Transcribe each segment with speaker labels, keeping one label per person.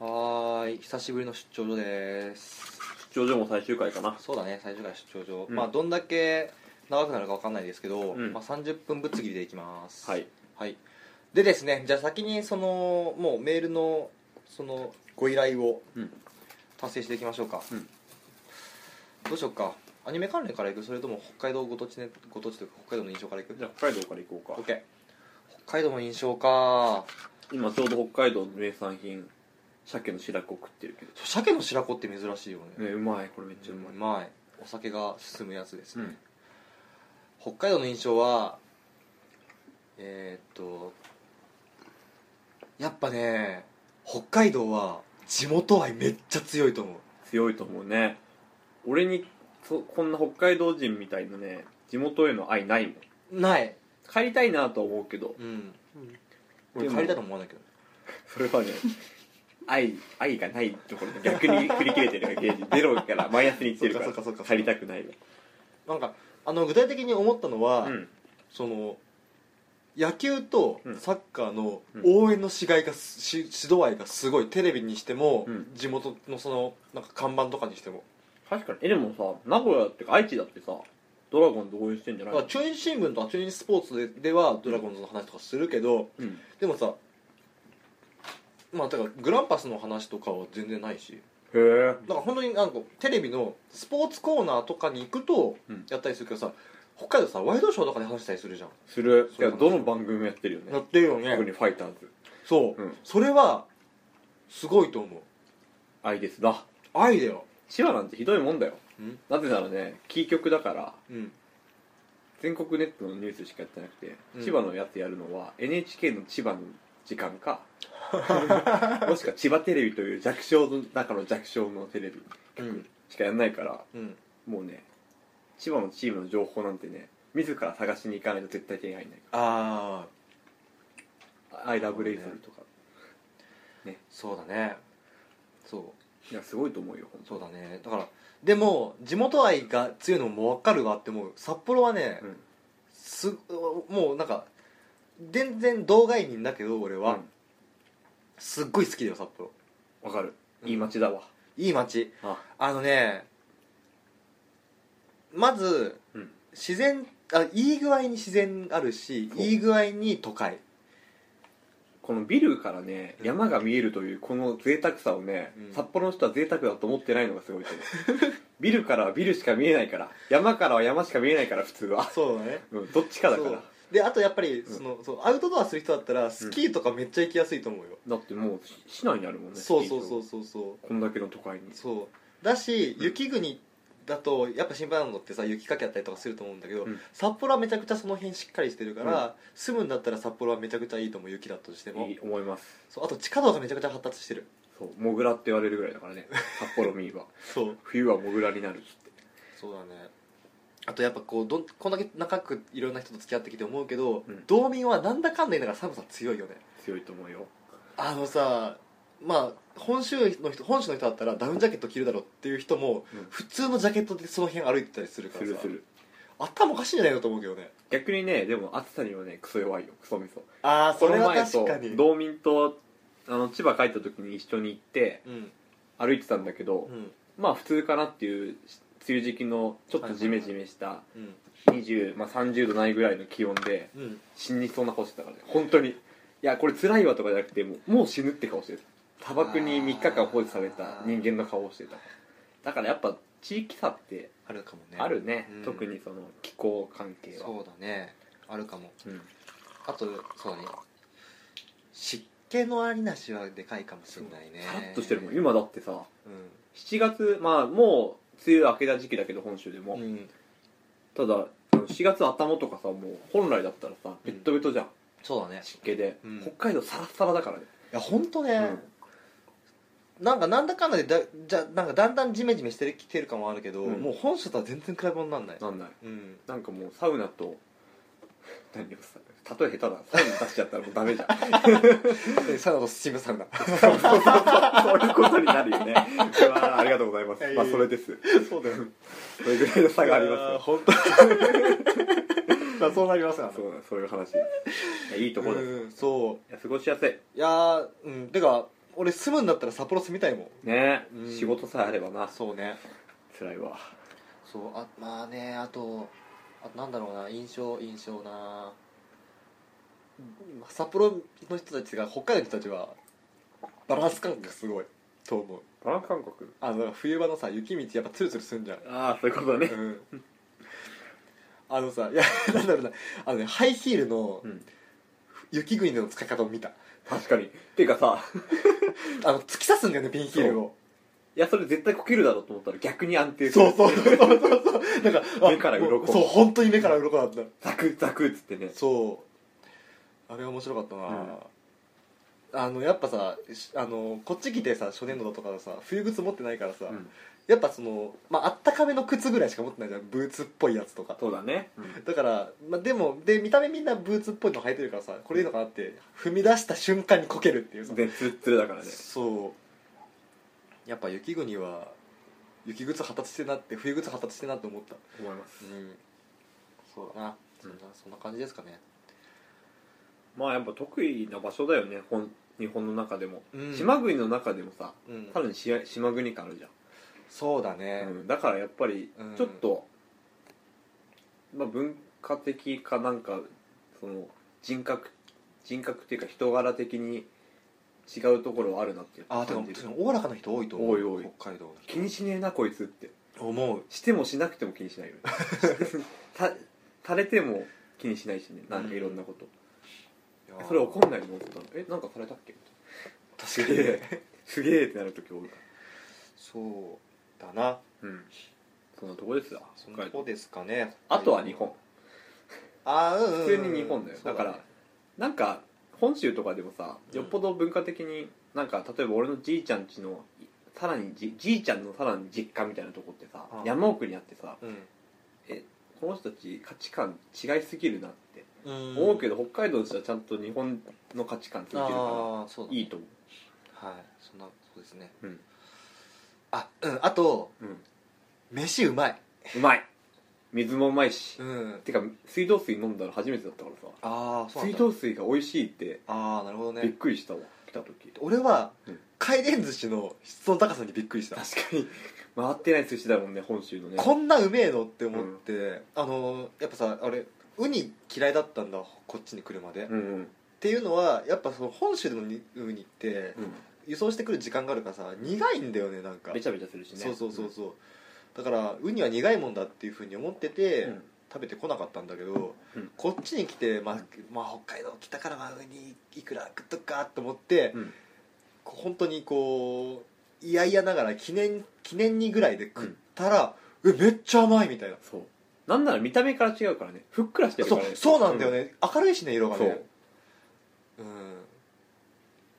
Speaker 1: はい久しぶりの出張所です
Speaker 2: 出張所も最終回かな
Speaker 1: そうだね最初から出張所、
Speaker 2: うん
Speaker 1: まあどんだけ長くなるかわかんないですけど、
Speaker 2: うん
Speaker 1: まあ、30分ぶっつ切りでいきます
Speaker 2: はい、
Speaker 1: はい、でですねじゃあ先にそのもうメールのそのご依頼を
Speaker 2: うん
Speaker 1: 達成していきましょうか、
Speaker 2: うん
Speaker 1: どうしようかアニメ関連からいくそれとも北海道ご当地ねご当地というか北海道の印象からいく
Speaker 2: じゃあ北海道から行こうか
Speaker 1: OK 北海道の印象 か
Speaker 2: 今ちょうど北海道の名産品鮭の白子食ってるけど
Speaker 1: そう鮭の白子って珍しいよね
Speaker 2: ねうまいこれめっちゃ
Speaker 1: う
Speaker 2: うまい、
Speaker 1: まいお酒が進むやつですね、
Speaker 2: うん
Speaker 1: 北海道の印象はえーっとやっぱね北海道は地元愛めっちゃ強いと思う
Speaker 2: 強いと思うね俺にそこんな北海道人みたいなね地元への愛ないもん
Speaker 1: ない、
Speaker 2: 帰りたいなとは思うけど
Speaker 1: うん、
Speaker 2: で
Speaker 1: 俺
Speaker 2: も
Speaker 1: 帰りたいと思わないけど
Speaker 2: それは ね愛愛がないところで逆に振り切れてるからゲージゼロからマイナスにいってるから
Speaker 1: そっかそっかそっか
Speaker 2: 帰りたくないわ
Speaker 1: なんかあの具体的に思ったのは、
Speaker 2: うん
Speaker 1: その野球と
Speaker 2: うん
Speaker 1: サッカーの
Speaker 2: うん
Speaker 1: 応援のしがいがすし指導愛がすごいテレビにしても、
Speaker 2: うん
Speaker 1: 地元のそのなんか看板とかにしても
Speaker 2: 確かにえでもさ名古屋ってか愛知だってさドラゴンズ応援してんじゃ
Speaker 1: だ
Speaker 2: ない
Speaker 1: から
Speaker 2: の
Speaker 1: 中日新聞とか中日スポーツでではドラゴンズの話とかするけど、
Speaker 2: うん
Speaker 1: でもさまあだからグランパスの話とかは全然ないし
Speaker 2: へえ
Speaker 1: だから本当になんかテレビのスポーツコーナーとかに行くと
Speaker 2: うん
Speaker 1: やったりするけどさ北海道さワイドショーとかで話したりするじゃん
Speaker 2: する
Speaker 1: そ
Speaker 2: いう
Speaker 1: な
Speaker 2: や
Speaker 1: んです
Speaker 2: どの番組もやってるよ
Speaker 1: や
Speaker 2: ね
Speaker 1: ってるよ
Speaker 2: 特
Speaker 1: ね
Speaker 2: にファイターズ
Speaker 1: そう、
Speaker 2: うん
Speaker 1: それはすごいと思う
Speaker 2: 愛ですだ
Speaker 1: 愛だよ
Speaker 2: 千葉なんてひどいもんだよ
Speaker 1: うん
Speaker 2: なぜならねキー局だから
Speaker 1: うん
Speaker 2: 全国ネットのニュースしかやってなくて、
Speaker 1: うん
Speaker 2: 千葉のやつやるのは NHK の千葉の時間 かもしくは千葉テレビという弱小の中の弱小のテレビ
Speaker 1: うん
Speaker 2: しかやんないから
Speaker 1: うん
Speaker 2: もうね千葉のチームの情報なんてね自ら探しに行かないと絶対手に入んない
Speaker 1: ああ
Speaker 2: 「アイラブレイズルとか、
Speaker 1: そうだねそう
Speaker 2: いやすごいと思うよ本当
Speaker 1: そうだねだからでも地元愛が強いのも分かるわって思う札幌はね、
Speaker 2: うん
Speaker 1: すもうなんか全然道外人だけど俺は、
Speaker 2: うん
Speaker 1: すっごい好きだよ札幌
Speaker 2: わかる
Speaker 1: うん
Speaker 2: いい街だわ、
Speaker 1: いい街
Speaker 2: あ
Speaker 1: あのねまず
Speaker 2: うん
Speaker 1: 自然あいい具合に自然あるし
Speaker 2: そう
Speaker 1: いい具合に都会、
Speaker 2: このビルからね
Speaker 1: うん
Speaker 2: 山が見えるというこの贅沢さをね、
Speaker 1: うん
Speaker 2: 札幌の人は贅沢だと思ってないのがすごいと思うビルからはビルしか見えないから山からは山しか見えないから普通は、
Speaker 1: そうだね
Speaker 2: うん、どっちかだから
Speaker 1: であとやっぱり
Speaker 2: うん
Speaker 1: その、そうアウトドアする人だったらスキーとかめっちゃ行きやすいと思うよ、
Speaker 2: だってもうし市内にあるもんね
Speaker 1: そうそうそううそうそう
Speaker 2: こんだけの都会に
Speaker 1: そうだし
Speaker 2: うん
Speaker 1: 雪国だとやっぱ心配なのってさ雪かきあったりとかすると思うんだけど、
Speaker 2: うん
Speaker 1: 札幌はめちゃくちゃその辺しっかりしてるから、住むんだったら札幌はめちゃくちゃいいと思う雪だとしても
Speaker 2: いい思います
Speaker 1: そうあと地下道がめちゃくちゃ発達してる
Speaker 2: そうモグラって言われるぐらいだからね札幌民は
Speaker 1: そう
Speaker 2: 冬はモグラになるっつって
Speaker 1: そうだねあとやっぱこうどんこんだけ長くいろんな人と付き合ってきて思うけど、
Speaker 2: うん
Speaker 1: 道民はなんだかんだ言いながら寒さ強いよね
Speaker 2: 強いと思うよ
Speaker 1: あのさまあ本州の人本州の人だったらダウンジャケット着るだろうっていう人も、
Speaker 2: うん
Speaker 1: 普通のジャケットでその辺歩いてたりするか
Speaker 2: す
Speaker 1: らさ
Speaker 2: るする
Speaker 1: 頭おかしいんじゃないかと思うけどね
Speaker 2: 逆にねでも暑さにはねクソ弱いよクソみそ
Speaker 1: ああ
Speaker 2: こ
Speaker 1: そ
Speaker 2: の
Speaker 1: れは
Speaker 2: 前
Speaker 1: 確
Speaker 2: と
Speaker 1: かに
Speaker 2: 道民とあの千葉帰った時に一緒に行って
Speaker 1: うん
Speaker 2: 歩いてたんだけど、
Speaker 1: うん
Speaker 2: まあ普通かなっていう梅雨時期のちょっとジメジメした
Speaker 1: うん
Speaker 2: 20、まあ、30度ないぐらいの気温で
Speaker 1: うん
Speaker 2: 死にそうな顔してたからね本当にいやこれ辛いわとかじゃなくてもうもう死ぬって顔してる砂漠に3日間放置された人間の顔をしてただからやっぱ地域差って
Speaker 1: あるかもね
Speaker 2: あるね、
Speaker 1: うん
Speaker 2: 特にその気候関係は
Speaker 1: そうだねあるかも
Speaker 2: う、ん、
Speaker 1: あとそうだね湿気のありなしはでかいかもしれないね
Speaker 2: さらっとしてるもん今だってさ
Speaker 1: うん
Speaker 2: 7月まあもう梅雨明けた時期だけど本州でも、
Speaker 1: うん
Speaker 2: ただあの4月頭とかさもう本来だったらさベットベトじゃん、
Speaker 1: そうだね
Speaker 2: 湿気で、
Speaker 1: うん
Speaker 2: 北海道サラッサラだからね
Speaker 1: いや本当ね、なんかなんだかんだでだじゃなんかだんだんジメジメしてきてる感もあるけど、
Speaker 2: うん
Speaker 1: もう本州とは全然比べ物になんない
Speaker 2: なんない
Speaker 1: うん
Speaker 2: なんかもうサウナと 何をさ例え下手だサウナ出しちゃったらもうダメじゃ ん
Speaker 1: サウナとスチームサウナ
Speaker 2: そういうことになるよねうわーありがとうございま
Speaker 1: いや
Speaker 2: す
Speaker 1: いや
Speaker 2: まあ
Speaker 1: いや
Speaker 2: それです
Speaker 1: そうだよ
Speaker 2: それぐらいの差がありますよ
Speaker 1: 本当まあ そうなりますからね
Speaker 2: そうそういう話いやいいところです、
Speaker 1: うんそう
Speaker 2: いや過ごしやすい
Speaker 1: いやーうんてか俺住むんだったら札幌住みたいもん
Speaker 2: ね、
Speaker 1: うん
Speaker 2: 仕事さえあればな
Speaker 1: そうね
Speaker 2: 辛いわ
Speaker 1: そうあまあねあとあとなんだろうな印象印象なまあ札幌の人たちが北海道の人たちはバランス感覚がすごいと思う
Speaker 2: バラン感覚
Speaker 1: あの冬場のさ雪道やっぱツルツルすんじゃん
Speaker 2: ああそういうことね
Speaker 1: うんあのさいやなんだろうなあのねハイヒールの
Speaker 2: うん
Speaker 1: 雪国での使い方を見た
Speaker 2: 確かにっていうかさ
Speaker 1: あの突き刺すんだよねピンヒールを
Speaker 2: いやそれ絶対こけるだろうと思ったら逆に安定す
Speaker 1: そう
Speaker 2: る
Speaker 1: そうそうそうそうなんかあ
Speaker 2: 目から鱗
Speaker 1: そう本当に目から鱗だった
Speaker 2: ザクザクっつってね
Speaker 1: そうあれは面白かったな、あのやっぱさしあのこっち来てさ初年度とかさ冬靴持ってないからさ、
Speaker 2: うん
Speaker 1: やっぱその、まああったかめの靴ぐらいしか持ってないじゃんブーツっぽいやつとか
Speaker 2: そうだね
Speaker 1: だから、まあ、でもで見た目みんなブーツっぽいの履いてるからさこれいいのかなって踏み出した瞬間にこけるっていうさ
Speaker 2: でツルッツルだからね
Speaker 1: そうやっぱ雪国は雪靴発達してんなって冬靴発達してんなって思った
Speaker 2: 思いま
Speaker 1: う
Speaker 2: す
Speaker 1: んそうだなそんな,、そんな感じですかね
Speaker 2: まあやっぱ得意な場所だよねほん日本の中でも、
Speaker 1: うん
Speaker 2: 島国の中でもさ
Speaker 1: うん
Speaker 2: さらにし島国感あるじゃん
Speaker 1: そうだね、
Speaker 2: うんだからやっぱり
Speaker 1: うん
Speaker 2: ちょっと、まあ、文化的かなんかその人格人格っていうか人柄的に違うところはあるなっていう
Speaker 1: ああでも
Speaker 2: 感じ
Speaker 1: 確
Speaker 2: る
Speaker 1: かにおおらかな人多いと思う
Speaker 2: 多い多い
Speaker 1: 北海道の人
Speaker 2: 気にしねえなこいつって
Speaker 1: 思う
Speaker 2: してもしなくても気にしな いよねた垂れても気にしないしねなんかいろんなこと、
Speaker 1: いやー
Speaker 2: それ怒んないのって言ったのえなんかされたっけ
Speaker 1: 確か
Speaker 2: す
Speaker 1: に
Speaker 2: げえすげえってなる時多いか
Speaker 1: そうだな
Speaker 2: らうんそんなとこですわ
Speaker 1: そんなとこですかね
Speaker 2: あとは日本
Speaker 1: あーうんうんうん
Speaker 2: 普通に日本だよ
Speaker 1: そう
Speaker 2: だ
Speaker 1: ね
Speaker 2: からなんか本州とかでもさ
Speaker 1: うん
Speaker 2: よっぽど文化的になんか例えば俺のじいちゃんちのさらにじじいちゃんのさらに実家みたいなとこってさ
Speaker 1: うん
Speaker 2: 山奥にあってさ
Speaker 1: うん
Speaker 2: この人たち価値観違いすぎるなって
Speaker 1: うん
Speaker 2: 思うけど北海道の人はちゃんと日本の価値観通じるか
Speaker 1: ああそう
Speaker 2: ら
Speaker 1: だね
Speaker 2: いいと思
Speaker 1: はいそんなそうですね
Speaker 2: うん
Speaker 1: あうんあと
Speaker 2: ううん
Speaker 1: 飯うまいう
Speaker 2: まい水もうまいし
Speaker 1: うん
Speaker 2: てか水道水飲んだの初めてだったからさ
Speaker 1: ああそうなんだ
Speaker 2: 水道水が美味しいって
Speaker 1: ああなるほど
Speaker 2: びっ
Speaker 1: ね
Speaker 2: くりしたわ来た時
Speaker 1: 俺は
Speaker 2: うん
Speaker 1: 回転寿司の質の高さにびっくりした
Speaker 2: 確かに回ってない寿司だもんね本州のね
Speaker 1: こんなうめえのって思って、あのやっぱさあれウニ嫌いだったんだこっちに来るまで、
Speaker 2: う
Speaker 1: っ
Speaker 2: んうん
Speaker 1: ていうのはやっぱその本州でのにウニって
Speaker 2: うん
Speaker 1: 輸送してくる時間があるからさ苦いんだよねなんか
Speaker 2: べちゃべちゃするしね
Speaker 1: そうそうそうそう、だからウニは苦いもんだっていうふうに思ってて、
Speaker 2: うん
Speaker 1: 食べてこなかったんだけど、
Speaker 2: うん
Speaker 1: こっちに来て、まあまあ、北海道来たからまあウニいくら食っとくかと思って、
Speaker 2: うん
Speaker 1: こう本当にこういやいやながら記念記念にぐらいで食ったら、えめっちゃ甘いみたいな
Speaker 2: そうなんなら見た目から違うからねふっくらしてるか
Speaker 1: そう
Speaker 2: らね
Speaker 1: そうなんだよね、明るいしね色
Speaker 2: うん
Speaker 1: が
Speaker 2: そ
Speaker 1: ね
Speaker 2: う
Speaker 1: うん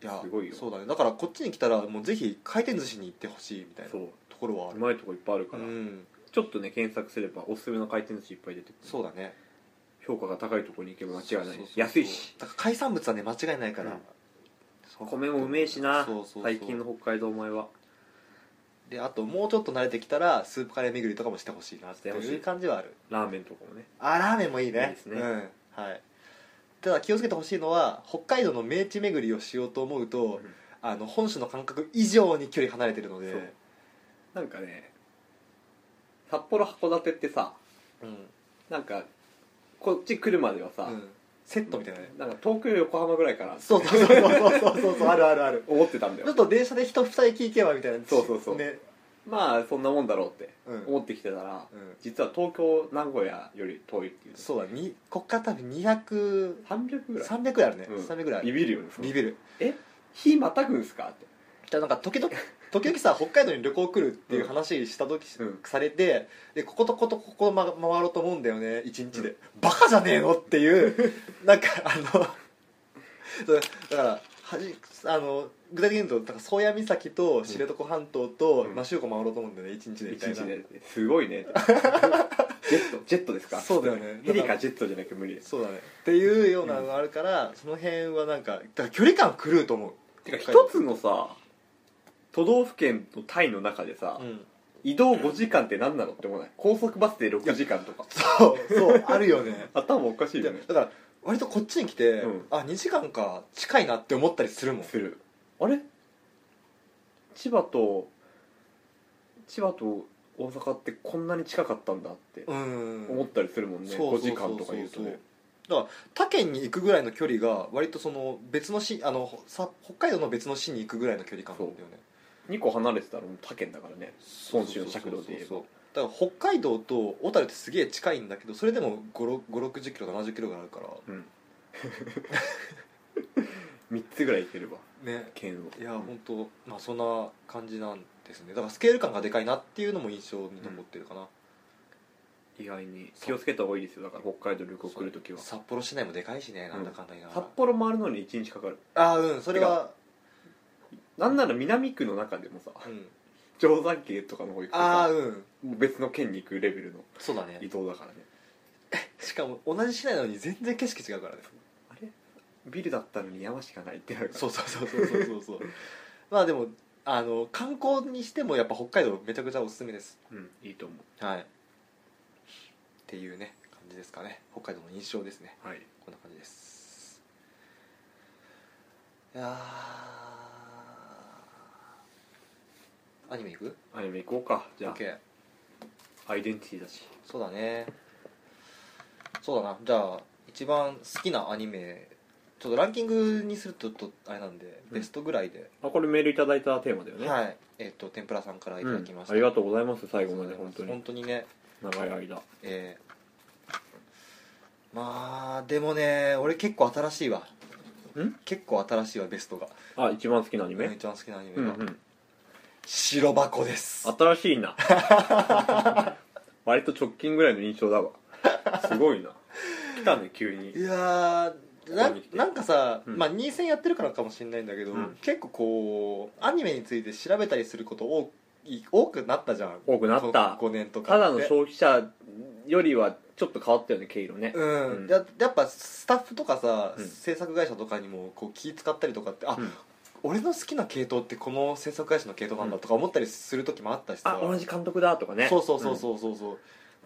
Speaker 1: いや
Speaker 2: すごいよ
Speaker 1: そうだねだからこっちに来たらもうぜひ回転寿司に行ってほしいみたいな
Speaker 2: そ
Speaker 1: と
Speaker 2: う
Speaker 1: ころはあ
Speaker 2: う
Speaker 1: る
Speaker 2: まいとこいっぱいあるから
Speaker 1: うん
Speaker 2: ちょっとね検索すればおすすめの回転寿司いっぱい出てくる
Speaker 1: そうだね
Speaker 2: 評価が高いところに行けば間違いな
Speaker 1: そうそう
Speaker 2: い
Speaker 1: そう
Speaker 2: し安いし
Speaker 1: だから海産物はね間違いないから、
Speaker 2: うん
Speaker 1: そう
Speaker 2: 米もうめえしな
Speaker 1: そうそうそう
Speaker 2: 最近の北海道米は
Speaker 1: であともうちょっと慣れてきたらスープカレー巡りとかもしてほしいなって
Speaker 2: してほしい
Speaker 1: いう感じはある
Speaker 2: ラーメンとかもね
Speaker 1: あラーメンもいいね
Speaker 2: いいですね
Speaker 1: うんはい、ただ気をつけてほしいのは北海道の名地巡りをしようと思うと、
Speaker 2: うん
Speaker 1: あの本州の感覚以上に距離離れてるので
Speaker 2: そうなんかね札幌函館ってさ
Speaker 1: うん
Speaker 2: なんかこっち来るまではさ、
Speaker 1: うんセットみたいなね、
Speaker 2: なんか東京横浜ぐらいから
Speaker 1: そうそうそうそうそうそう そうあるあるある
Speaker 2: 思ってたん
Speaker 1: ち
Speaker 2: だ
Speaker 1: ょっ
Speaker 2: よ
Speaker 1: と電車で人二駅行けばみたいな
Speaker 2: そうそうそう
Speaker 1: ね
Speaker 2: まあそんなもんだろうって
Speaker 1: うん、う
Speaker 2: 思ってきてたら
Speaker 1: ん、
Speaker 2: 実は東京名古屋より遠いっていうね
Speaker 1: そうだにこっから多分200300
Speaker 2: 300ぐらい
Speaker 1: ぐらいあるね、
Speaker 2: うん
Speaker 1: 300ぐらいあ
Speaker 2: ビ
Speaker 1: る
Speaker 2: ビるよねその
Speaker 1: ビビる
Speaker 2: 日またぐんすかって
Speaker 1: じゃあなんか時々時々さ北海道に旅行来るっていう話した時、
Speaker 2: うん
Speaker 1: されてでこことことここ、ま、回ろうと思うんだよね一日で、バカじゃねえのっていう なんかあのそうだからはじあの具体的に言うとだから宗谷岬と知床半島と
Speaker 2: うん
Speaker 1: 摩周湖回ろうと思うんだよね一日でみ
Speaker 2: 一
Speaker 1: たいな、
Speaker 2: 日ですごいねって ジェットジェットですか
Speaker 1: そうだよね
Speaker 2: ヘリかジェットじゃなきゃ無理です
Speaker 1: そうだねっていうようなのがあるから、その辺はなんかだから距離感狂うと思う
Speaker 2: てか一つのさ都道府県のタイの中でさ、
Speaker 1: うん
Speaker 2: 移動5時間って何なのって思わない高速バスで6時間とか
Speaker 1: そうそうあるよね
Speaker 2: 頭おかしいよね
Speaker 1: だから割とこっちに来て、
Speaker 2: うん
Speaker 1: あ2時間か近いなって思ったりするもん
Speaker 2: するあれ千葉と千葉と大阪ってこんなに近かったんだって
Speaker 1: うん
Speaker 2: 思ったりするもんね、
Speaker 1: そうそ
Speaker 2: 5
Speaker 1: う
Speaker 2: 時
Speaker 1: そうそう
Speaker 2: 間とか言うとね
Speaker 1: だから他県に行くぐらいの距離が割とその別の市あのさ北海道の別の市に行くぐらいの距離感なんだよね
Speaker 2: 2個離れてたらもう他県だからね本州の
Speaker 1: そう
Speaker 2: 尺
Speaker 1: そう
Speaker 2: 度で言え
Speaker 1: そう
Speaker 2: ば
Speaker 1: そうだから北海道と小樽ってすげえ近いんだけどそれでも5 6 0キロ7 0キロがあるから
Speaker 2: うん3つぐらいいければ
Speaker 1: ね
Speaker 2: 県を
Speaker 1: いや本当まあそんな感じなんですねだからスケール感がでかいなっていうのも印象に残ってるかな、
Speaker 2: 意外に気をつけた方がいいですよだから北海道旅行来るときは
Speaker 1: 札幌市内もでかいしねなんだかんだ言いながら、
Speaker 2: 札幌回るのに1日かかる
Speaker 1: ああうんそれは、
Speaker 2: なんなら南区の中でもさ
Speaker 1: うん、
Speaker 2: 定山渓とかの方行くと
Speaker 1: ああ
Speaker 2: さ
Speaker 1: うん
Speaker 2: もう別の県に行くレベルの
Speaker 1: そうだ
Speaker 2: 移
Speaker 1: ね
Speaker 2: 動だからね
Speaker 1: しかも同じ市内なのに全然景色違うからね
Speaker 2: あれビルだったのに山しかないってなるから
Speaker 1: そうそうそうそうそうそうそう まあでもあの観光にしてもやっぱ北海道めちゃくちゃおすすめです
Speaker 2: うんいいと思
Speaker 1: はいっていうね感じですかね北海道の印象ですね
Speaker 2: うはい
Speaker 1: こんな感じですいやーアニメ行く
Speaker 2: アニメ行こうかじ
Speaker 1: オ
Speaker 2: ゃ
Speaker 1: ッケー
Speaker 2: あアイデンティティだし
Speaker 1: そうだねそうだなじゃあ一番好きなアニメちょっとランキングにするとちょっとあれなんで、
Speaker 2: うん
Speaker 1: ベストぐらいで、
Speaker 2: あこれメールいただいたテーマだよね
Speaker 1: はいえっ、と天ぷらさんからいただきました、
Speaker 2: ありがとうございます最後まで本当
Speaker 1: 本
Speaker 2: に
Speaker 1: 当にね
Speaker 2: 長い間
Speaker 1: えーまあでもね俺結構新しいわ
Speaker 2: ん
Speaker 1: 結構新しいわベストが
Speaker 2: あ一番好きなアニメ
Speaker 1: 一番好きなアニメ
Speaker 2: う
Speaker 1: が、
Speaker 2: んうん
Speaker 1: 白箱です
Speaker 2: 新しい な割と直近ぐらいの印象だわすごいな来たね急に
Speaker 1: いやーな
Speaker 2: ここに来て
Speaker 1: なんかさ、
Speaker 2: うん
Speaker 1: まあ、2戦やってるからかもしれないんだけど、
Speaker 2: うん
Speaker 1: 結構こうアニメについて調べたりすること多い多くなったじゃん
Speaker 2: 多くなった
Speaker 1: 5年とか
Speaker 2: ただの
Speaker 1: で
Speaker 2: 消費者よりはちょっと変わったよね毛色ね
Speaker 1: うん、
Speaker 2: うん
Speaker 1: ややっぱスタッフとかさ、
Speaker 2: うん
Speaker 1: 制作会社とかにもこう気使ったりとかってあ、
Speaker 2: うん
Speaker 1: 俺の好きな系統ってこの制作会社の系統なんだとか思ったりする時もあったしさ
Speaker 2: あ、同じ監督だとかね
Speaker 1: そうそうそうそうそうそう、っ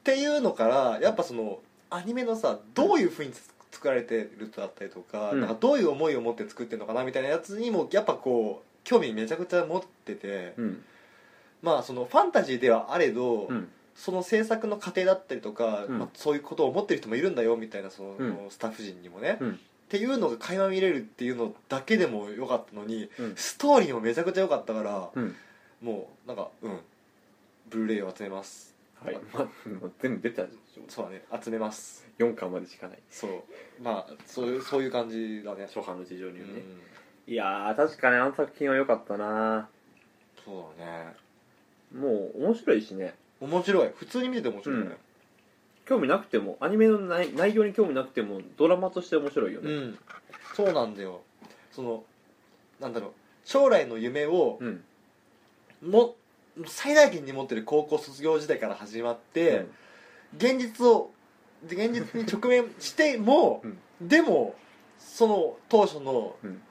Speaker 1: ていうのからやっぱそのアニメのさどういうふうにつ作られてるだったりとか,、
Speaker 2: うん
Speaker 1: なんかどういう思いを持って作ってるのかなみたいなやつにもやっぱこう興味めちゃくちゃ持ってて、
Speaker 2: うん
Speaker 1: まあそのファンタジーではあれど、
Speaker 2: うん
Speaker 1: その制作の過程だったりとか、
Speaker 2: うん
Speaker 1: まあ、そういうことを思ってる人もいるんだよみたいなその、
Speaker 2: うん
Speaker 1: スタッフ陣にもね、
Speaker 2: う
Speaker 1: っ
Speaker 2: ん
Speaker 1: ていうのが垣間見れるっていうのだけでも良かったのに
Speaker 2: うん
Speaker 1: ストーリーもめちゃくちゃ良かったから
Speaker 2: うん
Speaker 1: もうなんかうんブルーレイを集めます
Speaker 2: はいまもう全部出たでしょ
Speaker 1: そうだね集めます
Speaker 2: 4巻までしかない
Speaker 1: そうまあそういうそういう感じだね
Speaker 2: 初版の事情
Speaker 1: う
Speaker 2: には
Speaker 1: ん
Speaker 2: ね、いやー確かにあの作品は良かったな
Speaker 1: そうだね
Speaker 2: もう面白いしね
Speaker 1: 面白い普通に見てて面白いね
Speaker 2: 興味なくてもアニメの内内容に興味なくてもドラマとして面白いよ
Speaker 1: うん、
Speaker 2: ね
Speaker 1: そうなんだよそのなんだろう将来の夢を
Speaker 2: ん
Speaker 1: も最大限に持ってる高校卒業時代から始まって、現実を現実に直面しても、
Speaker 2: うん
Speaker 1: でもその当初の、
Speaker 2: うん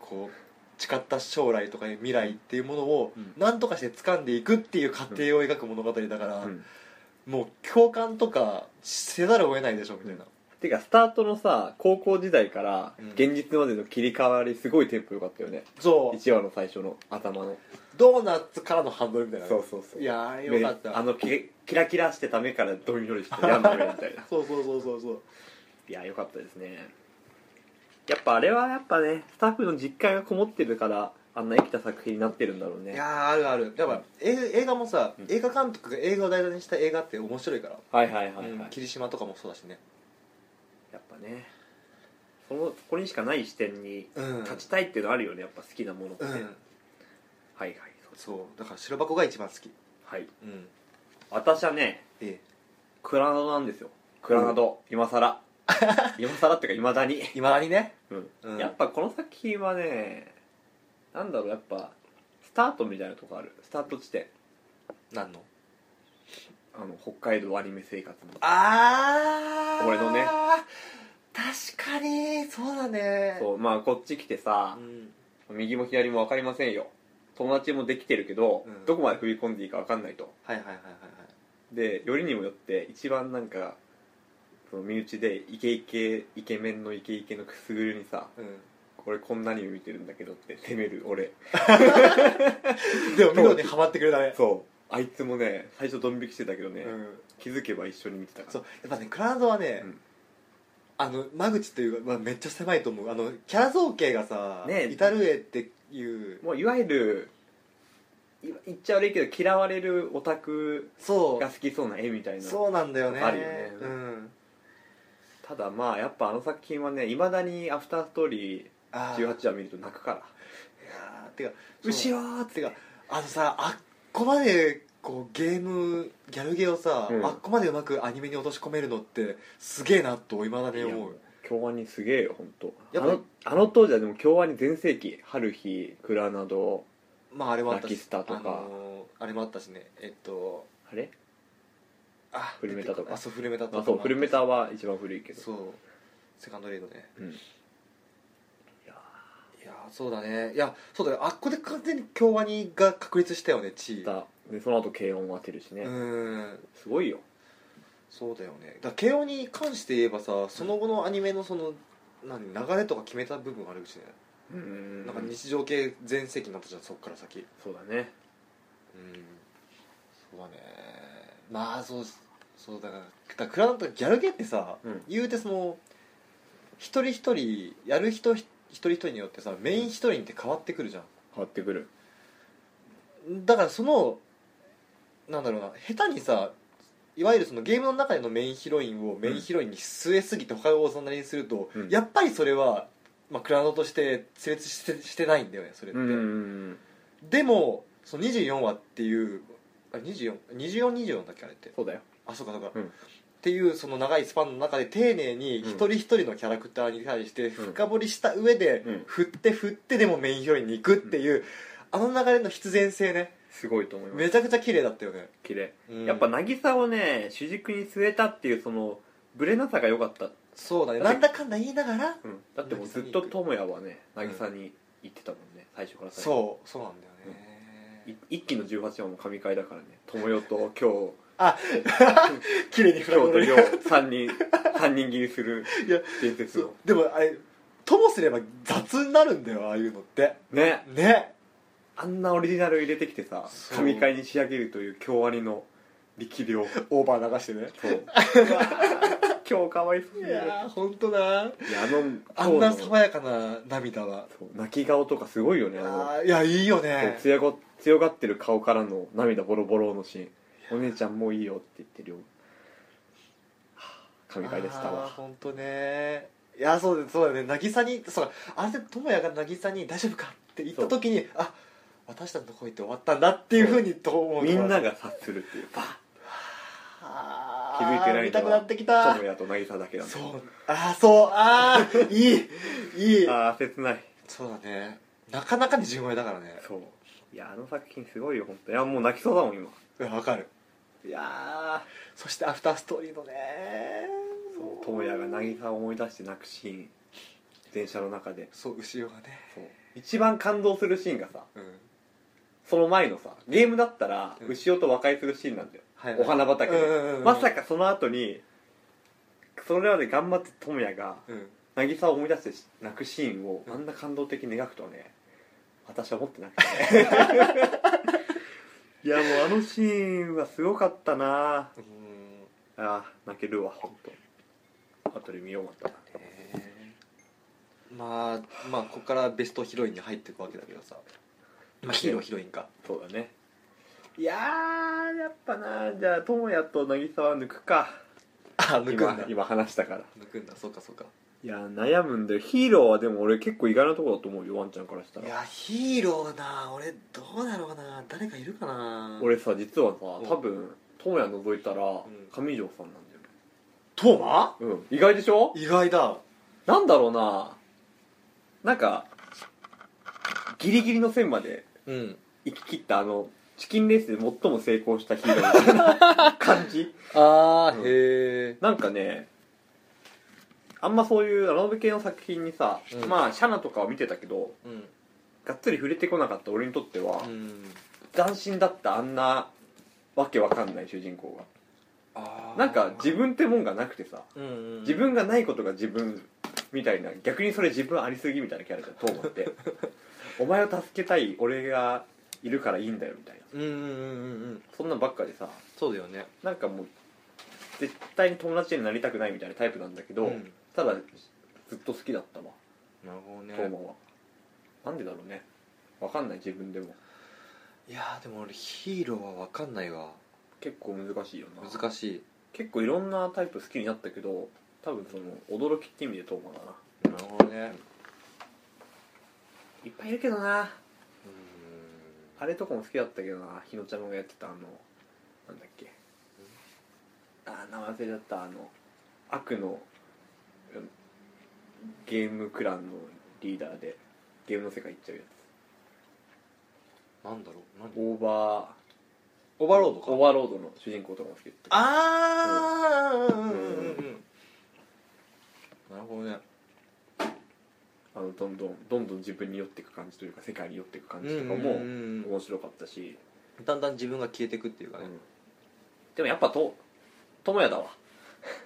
Speaker 1: こう誓った将来とか未来っていうものを
Speaker 2: うん
Speaker 1: 何とかして掴んでいくっていう過程を描く物語だか
Speaker 2: う
Speaker 1: ら、
Speaker 2: んうん
Speaker 1: もう共感とかせざるを得ないでしょみたいな、
Speaker 2: てかスタートのさ高校時代から
Speaker 1: うん
Speaker 2: 現実までの切り替わりすごいテンポ良かったよね
Speaker 1: そう
Speaker 2: 1話の最初の頭の
Speaker 1: ドーナツからのハンドルみたいな
Speaker 2: そうそうそう
Speaker 1: いやあれよかっ
Speaker 2: 目
Speaker 1: た
Speaker 2: あのキキラキラしてた目からどんよりしてやんの みたいな
Speaker 1: そうそうそうそうそう
Speaker 2: いや良かったですねやっぱあれはやっぱねスタッフの実感がこもってるからあんな生きた作品になってるんだろう
Speaker 1: い
Speaker 2: ね
Speaker 1: やーあるあるやっぱえ映画もさ、
Speaker 2: うん
Speaker 1: 映画監督が映画を題材にした映画って面白いから、
Speaker 2: はいはいはいはい、
Speaker 1: うん霧島とかもそうだしね
Speaker 2: やっぱねそのそこにしかない視点に
Speaker 1: うん、うん、
Speaker 2: 立ちたいっていうのあるよねやっぱ好きなものって、はいはいそうです
Speaker 1: そうだから白箱が一番好き
Speaker 2: はい
Speaker 1: うん
Speaker 2: 私はね
Speaker 1: ええ
Speaker 2: クラナドなんですよクラナド、今さら 今さらっていうかいまだに、
Speaker 1: いまだにね
Speaker 2: うん
Speaker 1: うん
Speaker 2: やっぱこの作品はねなんだろうやっぱスタートみたいなとこあるスタート地点
Speaker 1: 何の
Speaker 2: あの北海道アニメ生活の
Speaker 1: あ
Speaker 2: ー俺のね
Speaker 1: 確かにそうだね
Speaker 2: そうまあこっち来てさ
Speaker 1: ん、
Speaker 2: 右も左も分かりませんよ友達もできてるけど、
Speaker 1: うん
Speaker 2: どこまで踏み込んでいいか分かんないと
Speaker 1: はいはいはいはい
Speaker 2: でよりにもよって一番なんかその身内でイケイケイケメンのイケイケのくすぐるにさ
Speaker 1: はいうん
Speaker 2: 俺こんなに見てるんだけどって責める俺
Speaker 1: でも見事にハマってくれたね
Speaker 2: そうあいつもね最初ドン引きしてたけどね、
Speaker 1: うん
Speaker 2: 気づけば一緒に見てたから
Speaker 1: そうやっぱねクラウドはね、
Speaker 2: うん
Speaker 1: あの間口というか、まあ、めっちゃ狭いと思うあのキャラ造形がさ、
Speaker 2: ねえ
Speaker 1: イタルエっていう
Speaker 2: もういわゆるい言っちゃ悪いけど嫌われるオタク
Speaker 1: そ
Speaker 2: が好きそうな絵みたいうな
Speaker 1: そうなんだよね
Speaker 2: あるよね
Speaker 1: うん、
Speaker 2: ただまあやっぱあの作品はねいまだにアフターストーリ
Speaker 1: あ
Speaker 2: ー
Speaker 1: ー
Speaker 2: 18話見ると泣くから
Speaker 1: あーてか
Speaker 2: 「後
Speaker 1: ろ
Speaker 2: ろ!」って
Speaker 1: てかあのさあっこまでこうゲームギャルゲーをさ、
Speaker 2: うん
Speaker 1: あっこまでうまくアニメに落とし込めるのってすげえなと今まで思う
Speaker 2: 京アニすげえよ本当あ
Speaker 1: やっぱ
Speaker 2: のあの当時はでも京アニ全盛期春日クラナド
Speaker 1: まああれもあった
Speaker 2: ラキスタとか
Speaker 1: あのーあれもあったしねえっと
Speaker 2: あれ
Speaker 1: あ
Speaker 2: フルメタとか
Speaker 1: あそうフルメタとか
Speaker 2: あそうフルメタは一番古いけど
Speaker 1: そうセカンドレイドね
Speaker 2: うんいや
Speaker 1: いやーそうだねいやそうだよあっこで完全に京アニが確立したよね地位
Speaker 2: ーだでその後軽音を当てるしね、
Speaker 1: うーん
Speaker 2: すごいよ
Speaker 1: そうだよねだから慶応に関して言えばさその後のアニメのその何流れとか決めた部分あるしね、
Speaker 2: うん
Speaker 1: なんか日常系全盛期になったじゃんそっから先うん
Speaker 2: そうだね
Speaker 1: そうだねまあそうそうだからだからクラウンとかギャルゲーってさ、
Speaker 2: うん
Speaker 1: 言うてその一人一人やる人ひ一人一人によってさメイン一人って変わってくるじゃん
Speaker 2: 変わってくる
Speaker 1: だからそのなんだろうな下手にさいわゆるそのゲームの中でのメインヒロインをメインヒロインに据えすぎて他をおさなりにすると、
Speaker 2: うん
Speaker 1: やっぱりそれは、まあ、クラウドとして成立してしてないんだよねそれって、
Speaker 2: うん
Speaker 1: でもその24話っていうあれ2424 24だっけあれって
Speaker 2: そうだよ
Speaker 1: あそうかそうか、
Speaker 2: うん
Speaker 1: っていうその長いスパンの中で丁寧に
Speaker 2: うん
Speaker 1: 一人一人のキャラクターに対して
Speaker 2: うん
Speaker 1: 深掘りした上で、
Speaker 2: うん
Speaker 1: 振って振ってでもメインヒロインに行くっていう、あの流れの必然性ね、
Speaker 2: すごいと思います
Speaker 1: めちゃくちゃ綺麗だったよね、
Speaker 2: 綺麗
Speaker 1: うん
Speaker 2: やっぱ渚をね主軸に据えたっていうそのブレなさが良かった、
Speaker 1: そうだね
Speaker 2: だ
Speaker 1: な
Speaker 2: って
Speaker 1: んだかんだ言いながら
Speaker 2: だってもうずっと智也はね渚に行ってたもんね最初から最初
Speaker 1: そうそうなんだよね、
Speaker 2: い一期の18話も神回だからね智代と今
Speaker 1: 綺麗に
Speaker 2: 日
Speaker 1: 振ら
Speaker 2: 今
Speaker 1: れ
Speaker 2: 日と
Speaker 1: る
Speaker 2: 亮3人三人切りする
Speaker 1: いや
Speaker 2: 伝説
Speaker 1: そう
Speaker 2: を
Speaker 1: でもあれともすれば雑になるんだよああいうのって
Speaker 2: ね
Speaker 1: ね
Speaker 2: あんなオリジナル入れてきてさ
Speaker 1: そう
Speaker 2: 神回に仕上げるという京アニの力量
Speaker 1: オーバー流してね
Speaker 2: そう 今日かわいそう
Speaker 1: い
Speaker 2: にいや
Speaker 1: やー本当だ
Speaker 2: あの
Speaker 1: あんな
Speaker 2: 今日の
Speaker 1: 爽やかな涙は
Speaker 2: そう泣き顔とかすごいよねあの
Speaker 1: あーいやいいよね
Speaker 2: 強が強がってる顔からの涙ボロボロのシーン「お姉ちゃんもういいよ」って言ってるよ神回でした
Speaker 1: あー
Speaker 2: わ
Speaker 1: 本当ねいやそうだそうだね渚にそうあれで智也が渚に「大丈夫か?」って言った時にあ私たちの恋って終わったんだっていうふうにと思う
Speaker 2: みんなが察するっていうバッ
Speaker 1: あー
Speaker 2: 気づいてないのは
Speaker 1: 見たくなってきた
Speaker 2: 智也と渚だけだね
Speaker 1: そうああそうああ いいいい
Speaker 2: ああ切ない
Speaker 1: そうだねなかなかに純愛だからね
Speaker 2: そういやあの作品すごいよ本当いやもう泣きそうだもん今
Speaker 1: うんわかる
Speaker 2: いや
Speaker 1: そしてアフターストーリーのね
Speaker 2: そう智也が渚を思い出して泣くシーン電車の中で
Speaker 1: そう後ろがね
Speaker 2: そう一番感動するシーンがさ
Speaker 1: うん
Speaker 2: その前のさゲームだったら
Speaker 1: うん
Speaker 2: 牛尾と和解するシーンなんだよ
Speaker 1: はい
Speaker 2: お花畑で
Speaker 1: うんうんうんうん
Speaker 2: まさかその後にそれまで頑張って智也が
Speaker 1: うん
Speaker 2: 渚を思い出して泣くシーンを
Speaker 1: うん
Speaker 2: あんな感動的に描くとはね私は思ってなくていやもうあのシーンはすごかったな
Speaker 1: うーん
Speaker 2: あー泣けるわ本当後で見ようまた
Speaker 1: ねまあまあここからベストヒロインに入っていくわけだけどさまあヒーローヒロインか
Speaker 2: そうだねいやーやっぱなじゃあ智也と渚は抜くか
Speaker 1: あ抜くんだ
Speaker 2: 今今話したから
Speaker 1: 抜くんだそうかそうか
Speaker 2: いや悩むんだよヒーローはでも俺結構意外なとこだと思うよワンちゃんからしたら
Speaker 1: いやヒーローな俺どうだろうな誰かいるかな
Speaker 2: 俺さ実はさ
Speaker 1: ん
Speaker 2: 多分智也覗いたら
Speaker 1: ん
Speaker 2: 上条さんなんだよね
Speaker 1: トーマ
Speaker 2: うん意外でしょ
Speaker 1: 意外だ
Speaker 2: なんだろうななんかギリギリの線まで
Speaker 1: うん
Speaker 2: 行き切ったあのチキンレースで最も成功したヒーローみたいな感じ
Speaker 1: あ
Speaker 2: ー
Speaker 1: へえ
Speaker 2: なんかねあんまそういうラノベ系の作品にさ、
Speaker 1: うん
Speaker 2: まあシャナとかは見てたけど
Speaker 1: うん
Speaker 2: がっつり触れてこなかった俺にとっては、
Speaker 1: うん
Speaker 2: 斬新だったあんなわけわかんない主人公が
Speaker 1: あー
Speaker 2: なんか自分ってもんがなくてさ
Speaker 1: うんうん
Speaker 2: 自分がないことが自分みたいな逆にそれ自分ありすぎみたいなキャラだと思って お前を助けたい俺がいるからいいんだよみたいな
Speaker 1: うんうんうんうんうん
Speaker 2: そんなんばっかでさ
Speaker 1: そうだよね
Speaker 2: なんかもう絶対に友達になりたくないみたいなタイプなんだけど、
Speaker 1: うん
Speaker 2: ただずっと好きだったわ
Speaker 1: なるほど
Speaker 2: トーマ
Speaker 1: ね
Speaker 2: は、なんでだろうねわかんない自分でも
Speaker 1: いやーでも俺ヒーローは分かんないわ
Speaker 2: 結構難しいよな
Speaker 1: 難しい
Speaker 2: 結構いろんなタイプ好きになったけど多分その驚きって意味でトーマだな
Speaker 1: なるほどね
Speaker 2: いっぱいいるけどな
Speaker 1: う
Speaker 2: あれとかも好きだったけどな日野ちゃんがやってたあのなんだっけあー名前忘れちゃったあの悪のうんゲームクランのリーダーでゲームの世界行っちゃうや
Speaker 1: ーんなんだろう
Speaker 2: つ
Speaker 1: 何
Speaker 2: オーバー
Speaker 1: オーバーロード
Speaker 2: オーバーロードの主人公とかも好きだった
Speaker 1: ああうんうん
Speaker 2: う
Speaker 1: う
Speaker 2: んうんん
Speaker 1: うんなるほどね
Speaker 2: あのどんどんどんどん自分に寄っていく感じというか世界に寄っていく感じとか
Speaker 1: うんう
Speaker 2: も
Speaker 1: んうん
Speaker 2: 面白かったし、
Speaker 1: うんだんだん自分が消えていくっていうかね
Speaker 2: うんでもやっぱと友也だわ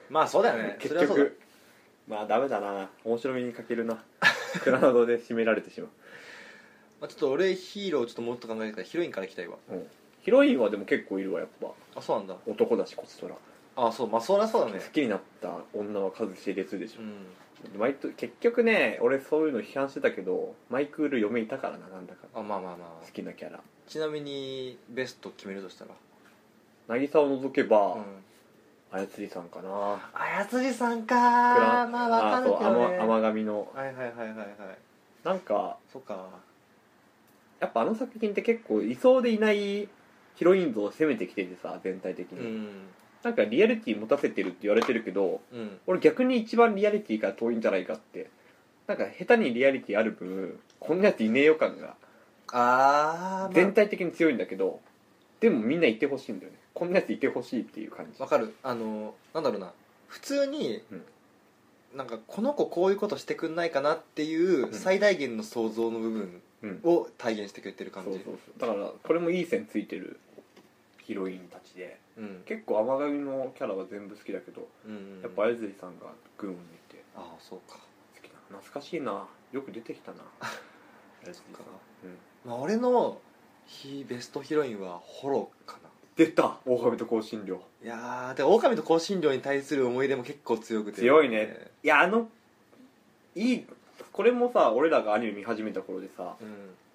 Speaker 1: まあそうだよねそ
Speaker 2: 結
Speaker 1: れはそうだ
Speaker 2: 局まあダメだな面白みに欠け るなクラナドで締められてしまう
Speaker 1: まあちょっと俺ヒーローちょっともっと考えてたらヒロインからいきたいわ
Speaker 2: ヒロインはでも結構いるわやっぱ
Speaker 1: あそうなんだ
Speaker 2: 男だしこちとら、
Speaker 1: あそうまあそりゃそうだ
Speaker 2: 好
Speaker 1: ね
Speaker 2: きになった女は数知れずでしょ
Speaker 1: う、ん
Speaker 2: 毎度結局ね俺そういうの批判してたけどマイクール嫁いたからななんだか
Speaker 1: あまあまあまあ
Speaker 2: 好きなキャラ
Speaker 1: ちなみにベスト決めるとしたら
Speaker 2: 渚を除けば、
Speaker 1: うん
Speaker 2: あやつりさんかな
Speaker 1: あやつじさんか
Speaker 2: クラ
Speaker 1: まあわかるけ
Speaker 2: あ
Speaker 1: ど
Speaker 2: そう
Speaker 1: ね
Speaker 2: 甘甘神の
Speaker 1: はいはいはいはいはい
Speaker 2: なんか
Speaker 1: そっか
Speaker 2: やっぱあの作品って結構いそうでいないヒロイン像を攻めてきててさ全体的
Speaker 1: う
Speaker 2: に、
Speaker 1: ん
Speaker 2: なんかリアリティ持たせてるって言われてるけど
Speaker 1: うん
Speaker 2: 俺逆に一番リアリティから遠いんじゃないかってなんか下手にリアリティある分こんなやついねえよ感が
Speaker 1: ああ
Speaker 2: 全体的に強いんだけどでもみんないてほしいんだよねこんなやついてほしいっていう感じ
Speaker 1: わかるあのなんだろうな普通に、
Speaker 2: うん
Speaker 1: なんかこの子こういうことしてくんないかなっていう
Speaker 2: うん
Speaker 1: 最大限の想像の部分
Speaker 2: うん
Speaker 1: を体現してくれてる
Speaker 2: そう
Speaker 1: 感じ
Speaker 2: そうそうだからこれもいい線ついてるヒロインたちで
Speaker 1: うん
Speaker 2: 結構甘神のキャラは全部好きだけど
Speaker 1: うんうん
Speaker 2: やっぱ綾瀬さんが群を抜いて
Speaker 1: ああそうか
Speaker 2: 好きだな懐かしいなよく出てき たな綾瀬さん
Speaker 1: そっか
Speaker 2: うん
Speaker 1: まあ俺のヒベストヒロインはホロかな
Speaker 2: 出た大神と香辛料
Speaker 1: いやーで狼と香辛料に対する思い出も結構強くて
Speaker 2: 強いねいやあのいいこれもさ俺らがアニメ見始めた頃でさ
Speaker 1: うん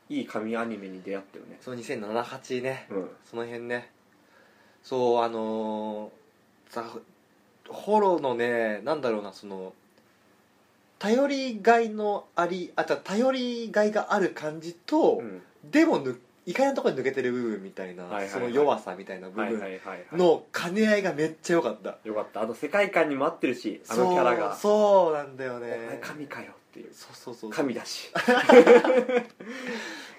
Speaker 2: いい神アニメに出会ったよね
Speaker 1: その2078ね
Speaker 2: うん
Speaker 1: その辺ねそうあのー、ザホロのねなんだろうなその頼りがいのありあじゃあ頼りがいがある感じと、
Speaker 2: うん
Speaker 1: でもぬ意外なところに抜けてる部分みたいな、
Speaker 2: はいはいはい
Speaker 1: その弱さみたいな部
Speaker 2: はいは
Speaker 1: 分
Speaker 2: いはいはい
Speaker 1: の兼ね合いがめっちゃ良かった、
Speaker 2: よかったあと世界観にも合ってるしあのキャラが「
Speaker 1: そうそうなんだよ
Speaker 2: お前
Speaker 1: ね
Speaker 2: 神かよ」っていう
Speaker 1: そうそうそう
Speaker 2: 神だし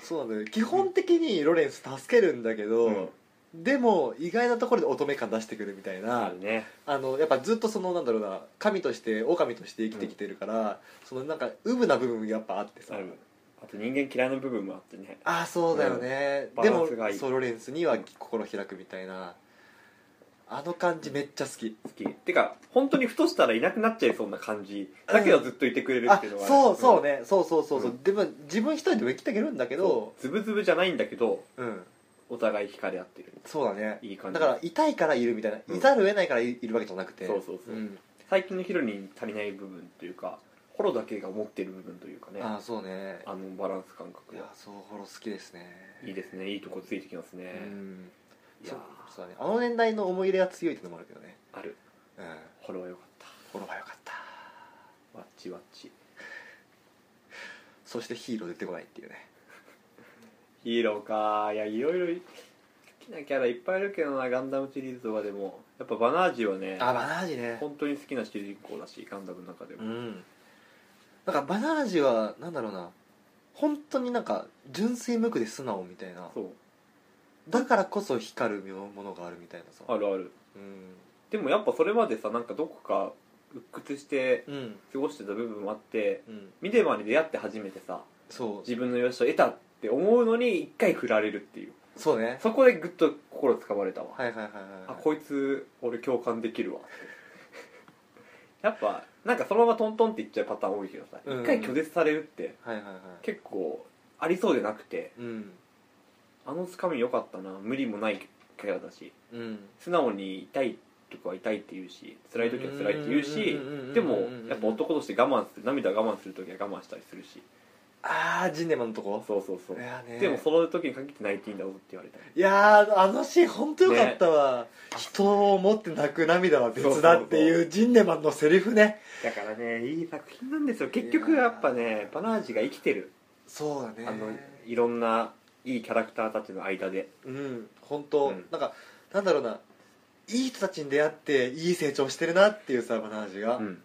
Speaker 1: そうなんだよ基本的にロレンス助けるんだけど、
Speaker 2: うん
Speaker 1: でも意外なところで乙女感出してくるみたいな、
Speaker 2: あるね
Speaker 1: あのやっぱずっとそのなんだろうな神として狼として生きてきてるから、そのなんかウブな部分もやっぱあってさ
Speaker 2: あるあと人間嫌いな部分もあってね
Speaker 1: ああそうだよね、
Speaker 2: うん
Speaker 1: で
Speaker 2: バラ
Speaker 1: も
Speaker 2: ンスがいい
Speaker 1: ソロレンスには心開くみたいなあの感じめっちゃ好き、
Speaker 2: 好きてか本当にふとしたらいなくなっちゃいそうな感じだけどずっといてくれるっ
Speaker 1: あ
Speaker 2: ていうのが
Speaker 1: そうそう
Speaker 2: ね
Speaker 1: ね、そうそうそうそう、
Speaker 2: うん
Speaker 1: でも自分一人でも生きていけるんだけ
Speaker 2: け
Speaker 1: ど
Speaker 2: ズブズブじゃないんだけど
Speaker 1: うん
Speaker 2: お互い惹かれ合ってる
Speaker 1: そうだね
Speaker 2: いい感
Speaker 1: だ
Speaker 2: じ
Speaker 1: から痛いからいるみたいな、
Speaker 2: うん
Speaker 1: いざるを得ないからいいるわけじゃなくて
Speaker 2: そうそうそうん最近のヒロに足りない部分というかホロだけが持ってる部分というかね
Speaker 1: ああそうね
Speaker 2: あのバランス感覚
Speaker 1: いや
Speaker 2: は
Speaker 1: そうホロ好きですね
Speaker 2: いいですねいいとこついてきますね
Speaker 1: うん
Speaker 2: いや
Speaker 1: そうそうだねあの年代の思い入れが強いってのもあるけどね
Speaker 2: ーある
Speaker 1: うん
Speaker 2: ホロは良かった
Speaker 1: ホロは良かった
Speaker 2: わっちわっち
Speaker 1: そしてヒーロー出てこないっていうね
Speaker 2: ヒーローかいやいろいろい好きなキャラいっぱいいるけどなガンダムシリーズとかでもやっぱバナージはね
Speaker 1: あバナージね
Speaker 2: 本当に好きな主人公だしガンダムの中で
Speaker 1: う
Speaker 2: も、
Speaker 1: んなんかバナージはなんだろうな本当になんか純粋無垢で素直みたいな
Speaker 2: そう
Speaker 1: だからこそ光るものがあるみたいなさ
Speaker 2: あるある
Speaker 1: うん
Speaker 2: でもやっぱそれまでさなんかどこか鬱屈して
Speaker 1: うん
Speaker 2: 過ごしてた部分もあって
Speaker 1: うん
Speaker 2: ミデマに出会って初めてさ
Speaker 1: そう
Speaker 2: 自分の良しを得たって思うのに一回振られるっていう
Speaker 1: そうね
Speaker 2: そこでグッと心つかまれたわ、
Speaker 1: はいはいはいはい
Speaker 2: あこいつ俺共感できるわって やっぱなんかそのままトントンっていっちゃうパターン多いけどさ一、
Speaker 1: うん
Speaker 2: 回拒絶されるって
Speaker 1: はいはいはい
Speaker 2: 結構ありそうでなくて
Speaker 1: うん
Speaker 2: あのつかみ良かったな無理もないキャラだし
Speaker 1: うん
Speaker 2: 素直に痛いとかは痛いって言うし辛い時は辛いって言うし
Speaker 1: うんうんうんうんうん
Speaker 2: でもやっぱ男として我慢する涙我慢する時は我慢したりするし
Speaker 1: ああジンネマンのとこ
Speaker 2: そうそうそう
Speaker 1: いやーね
Speaker 2: でもその時に限って泣いていいんだぞって言われたり
Speaker 1: いやーあのシーン本当よかったわ、人を思って泣く涙は別だっていうジンネマンのセリフね
Speaker 2: だからねいい作品なんですよ結局やっぱねバナージが生きてる
Speaker 1: そうだね
Speaker 2: あのいろんないいキャラクターたちの間で
Speaker 1: うん本当、
Speaker 2: うん
Speaker 1: なんかなんだろうないい人たちに出会っていい成長してるなっていうさバナージが、
Speaker 2: うん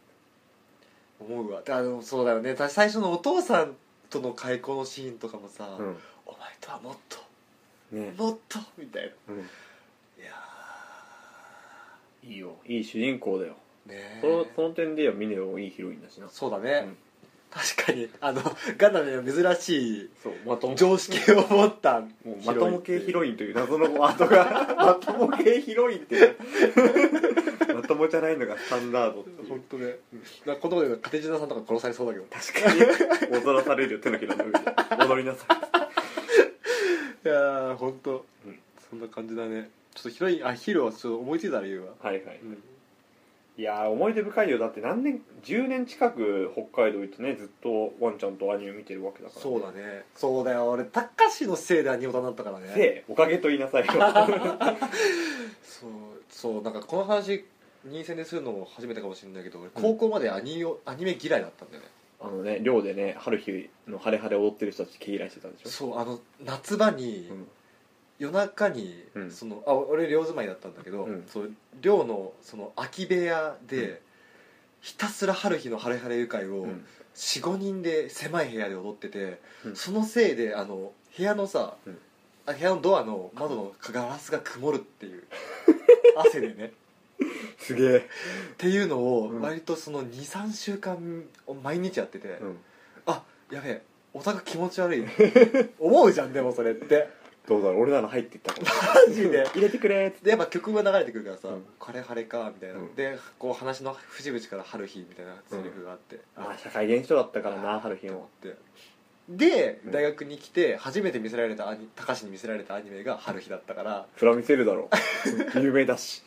Speaker 1: 思うわであのそうだよね私最初のお父さんとの開口のシーンとかもさ、
Speaker 2: うん
Speaker 1: お前とはもっと
Speaker 2: ね
Speaker 1: もっとみたいな
Speaker 2: うん
Speaker 1: いや
Speaker 2: いいよいい主人公だよ
Speaker 1: ーね
Speaker 2: そのその点ではミネもいいヒロインだしな
Speaker 1: そうだ
Speaker 2: う
Speaker 1: ね、
Speaker 2: ん
Speaker 1: 確かにあのガンダムには珍しい
Speaker 2: そうまとも
Speaker 1: 常識を持った
Speaker 2: もうまとも系ヒ
Speaker 1: い
Speaker 2: ロインという謎のワードが まとも系ヒロインっていうまともじゃないのがスタンダードっていう
Speaker 1: 本当ねなんかこのことでカテジナさんとか殺されそうだけど
Speaker 2: 確かに踊らされるよ手のひらの上で踊りなさ
Speaker 1: いやー本当、
Speaker 2: うん
Speaker 1: そんな感じだねちょっとヒロインあヒーローはちょっと思いついたら言うわ
Speaker 2: いはいはい
Speaker 1: うん
Speaker 2: いやー思い出深いよだって何年10年近く北海道行ってねずっとワンちゃんとアニメ見てるわけだから
Speaker 1: そうだねそうだよ俺タッカシのせいでアニオタになったからね
Speaker 2: でおかげと言いなさい よ
Speaker 1: そうそうなんかこの話任戦でするのも初めてかもしれないけど俺高校までアニオ、アニメ嫌いだったんだよね
Speaker 2: あのね寮でね春日の晴れ晴れ踊ってる人たち毛 嫌いしてたんでしょ
Speaker 1: そうあの夏場に、
Speaker 2: うん
Speaker 1: 夜中に、
Speaker 2: うん
Speaker 1: そのあ俺寮住まいだったんだけど、
Speaker 2: うん
Speaker 1: そう寮のその空き部屋で、
Speaker 2: うん
Speaker 1: ひたすら春日の晴れ晴れ愉快を
Speaker 2: うん
Speaker 1: 45人で狭い部屋で踊ってて、
Speaker 2: うん
Speaker 1: そのせいであの部屋のさ、
Speaker 2: うん
Speaker 1: あ部屋のドアの窓のガラスが曇るって いう汗でね
Speaker 2: すげえ、
Speaker 1: っていうのを
Speaker 2: うん
Speaker 1: 割とその23週間毎日やってて、
Speaker 2: うん、
Speaker 1: あやべえオタク気持ち悪い思うじゃんでもそれって
Speaker 2: どうだろう俺なら入っていったかも
Speaker 1: マジで
Speaker 2: 入れてくれーっつって
Speaker 1: でやっぱ曲が流れてくるからさ「
Speaker 2: うん
Speaker 1: これ晴れか」みたいな、
Speaker 2: うん
Speaker 1: でこう話の節々から「春日」みたいなセリフがあって、
Speaker 2: まあ社会現象だったからな
Speaker 1: あ
Speaker 2: 春日
Speaker 1: と
Speaker 2: も
Speaker 1: 思ってで
Speaker 2: うん
Speaker 1: 大学に来て初めて見せられたアニ高橋に見せられたアニメが「春日」だったから
Speaker 2: フラ見せるだろ う有名だし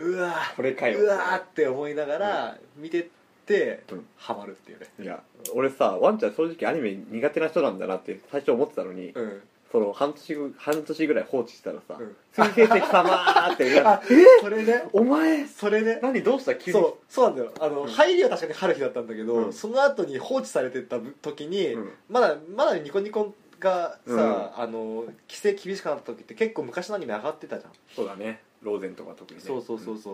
Speaker 1: うわ
Speaker 2: これか
Speaker 1: ー
Speaker 2: よ
Speaker 1: うわーって思いながら見てって、
Speaker 2: うん
Speaker 1: ハマるっていうね
Speaker 2: いや俺さワンちゃん正直アニメ苦手な人なんだなって最初思ってたのに、
Speaker 1: うん
Speaker 2: その半年ぐ半年ぐらい放置したらさ
Speaker 1: うん
Speaker 2: 「水星石様」って言
Speaker 1: あ
Speaker 2: われて
Speaker 1: それ ね
Speaker 2: お前
Speaker 1: それね
Speaker 2: 何どうした急に
Speaker 1: そうそうなんだよあの、
Speaker 2: うん
Speaker 1: 入りは確かに春日だったんだけど、
Speaker 2: うん
Speaker 1: その後に放置されてた時に、
Speaker 2: うん
Speaker 1: まだまだニコニコがさ、あの規制厳しくなった時って結構昔のアニメ上がってたじゃん、
Speaker 2: そうだねローゼンとか特にね
Speaker 1: そうそうそうんそ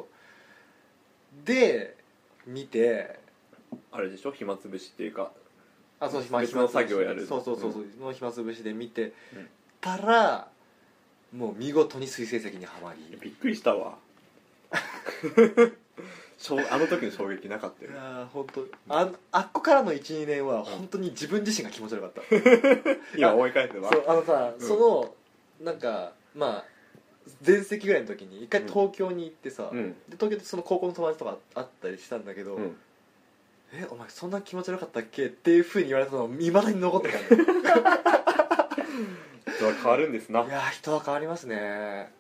Speaker 1: う、で見て
Speaker 2: あれでしょ暇つぶしっていうか
Speaker 1: あそう
Speaker 2: 別の作業やる
Speaker 1: そうそうそうそう、の暇つぶしで見て
Speaker 2: うん
Speaker 1: たらもう見事に水星石にはまり
Speaker 2: びっくりした わしょうあの時の衝撃なかったよね
Speaker 1: あ本当ああっこからの12年は本当に自分自身が気持ち悪かった
Speaker 2: 今思い返せば
Speaker 1: そうあのさ、
Speaker 2: うん
Speaker 1: そのなんかまあ前席ぐらいの時に一回東京に行ってさ、
Speaker 2: う
Speaker 1: で
Speaker 2: ん
Speaker 1: 東京でその高校の友達とかあったりしたんだけど「
Speaker 2: うん
Speaker 1: えお前そんな気持ち悪かったっけ?」っていうふうに言われたのいまだに残ってたね
Speaker 2: 人は変わるんですない
Speaker 1: やー人は変わりますね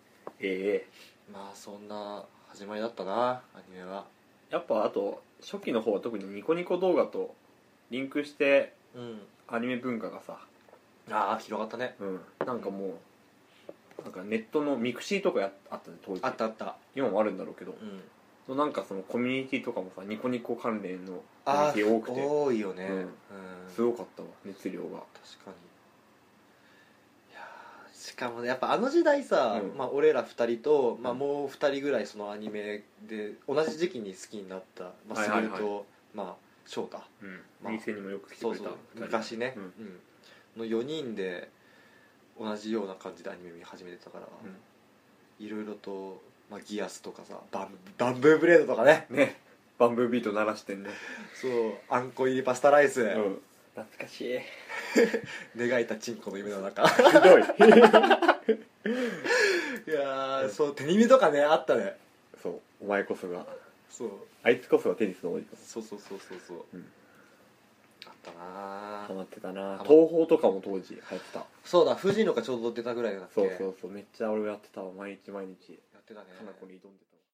Speaker 2: ええ
Speaker 1: まあそんな始まりだったなアニメは
Speaker 2: やっぱあと初期の方は特にニコニコ動画とリンクして
Speaker 1: うん
Speaker 2: アニメ文化がさ、
Speaker 1: ああ広がったね
Speaker 2: うん、なんかもうなんかネットのミクシーとかやっあったね当時
Speaker 1: あったあった
Speaker 2: 今もあるんだろうけど
Speaker 1: うん
Speaker 2: そうなんかそのコミュニティとかもさニコニコ関連のコミュ
Speaker 1: あ
Speaker 2: ニティ多くて
Speaker 1: 多いよね
Speaker 2: うん
Speaker 1: うん
Speaker 2: すごかったわ熱量が
Speaker 1: 確かにいやーしかもねやっぱあの時代さ、
Speaker 2: うん
Speaker 1: まあ、俺ら2人と、まあ、
Speaker 2: うん
Speaker 1: もう2人ぐらいそのアニメで同じ時期に好きになった、まあ、
Speaker 2: はい
Speaker 1: ス
Speaker 2: は
Speaker 1: グ
Speaker 2: い
Speaker 1: ル
Speaker 2: はい
Speaker 1: と、まあ、翔太
Speaker 2: うん
Speaker 1: まあ
Speaker 2: 店にもよく来て
Speaker 1: そ
Speaker 2: く
Speaker 1: う
Speaker 2: れ
Speaker 1: そ
Speaker 2: た
Speaker 1: う昔ね、
Speaker 2: う
Speaker 1: うんんの4人で同じような感じでアニメ見始めてたから
Speaker 2: うん
Speaker 1: いろいろと、まあ、ギアスとかさバンバンブーブレードとかね
Speaker 2: ねバンブービート鳴らしてんね、
Speaker 1: そうあんこ入りパスタライス、
Speaker 2: うん、懐かしい
Speaker 1: 願いたチンコの夢の中
Speaker 2: ひ ど
Speaker 1: い
Speaker 2: い
Speaker 1: やー、
Speaker 2: うん
Speaker 1: そう手耳とかねあったね
Speaker 2: そうお前こそが
Speaker 1: そう
Speaker 2: あいつこそがテニスの王子か
Speaker 1: そうそうそうそうそう、
Speaker 2: うん
Speaker 1: あったな
Speaker 2: ハ
Speaker 1: ぁ
Speaker 2: マってたな
Speaker 1: ハマっ
Speaker 2: 東宝とかも当時流行ってた
Speaker 1: そうだ藤井のがちょうど出たぐらいだっけ
Speaker 2: そうそうそうめっちゃ俺もやってたわ毎日毎日
Speaker 1: やってたね
Speaker 2: 花子に挑んでた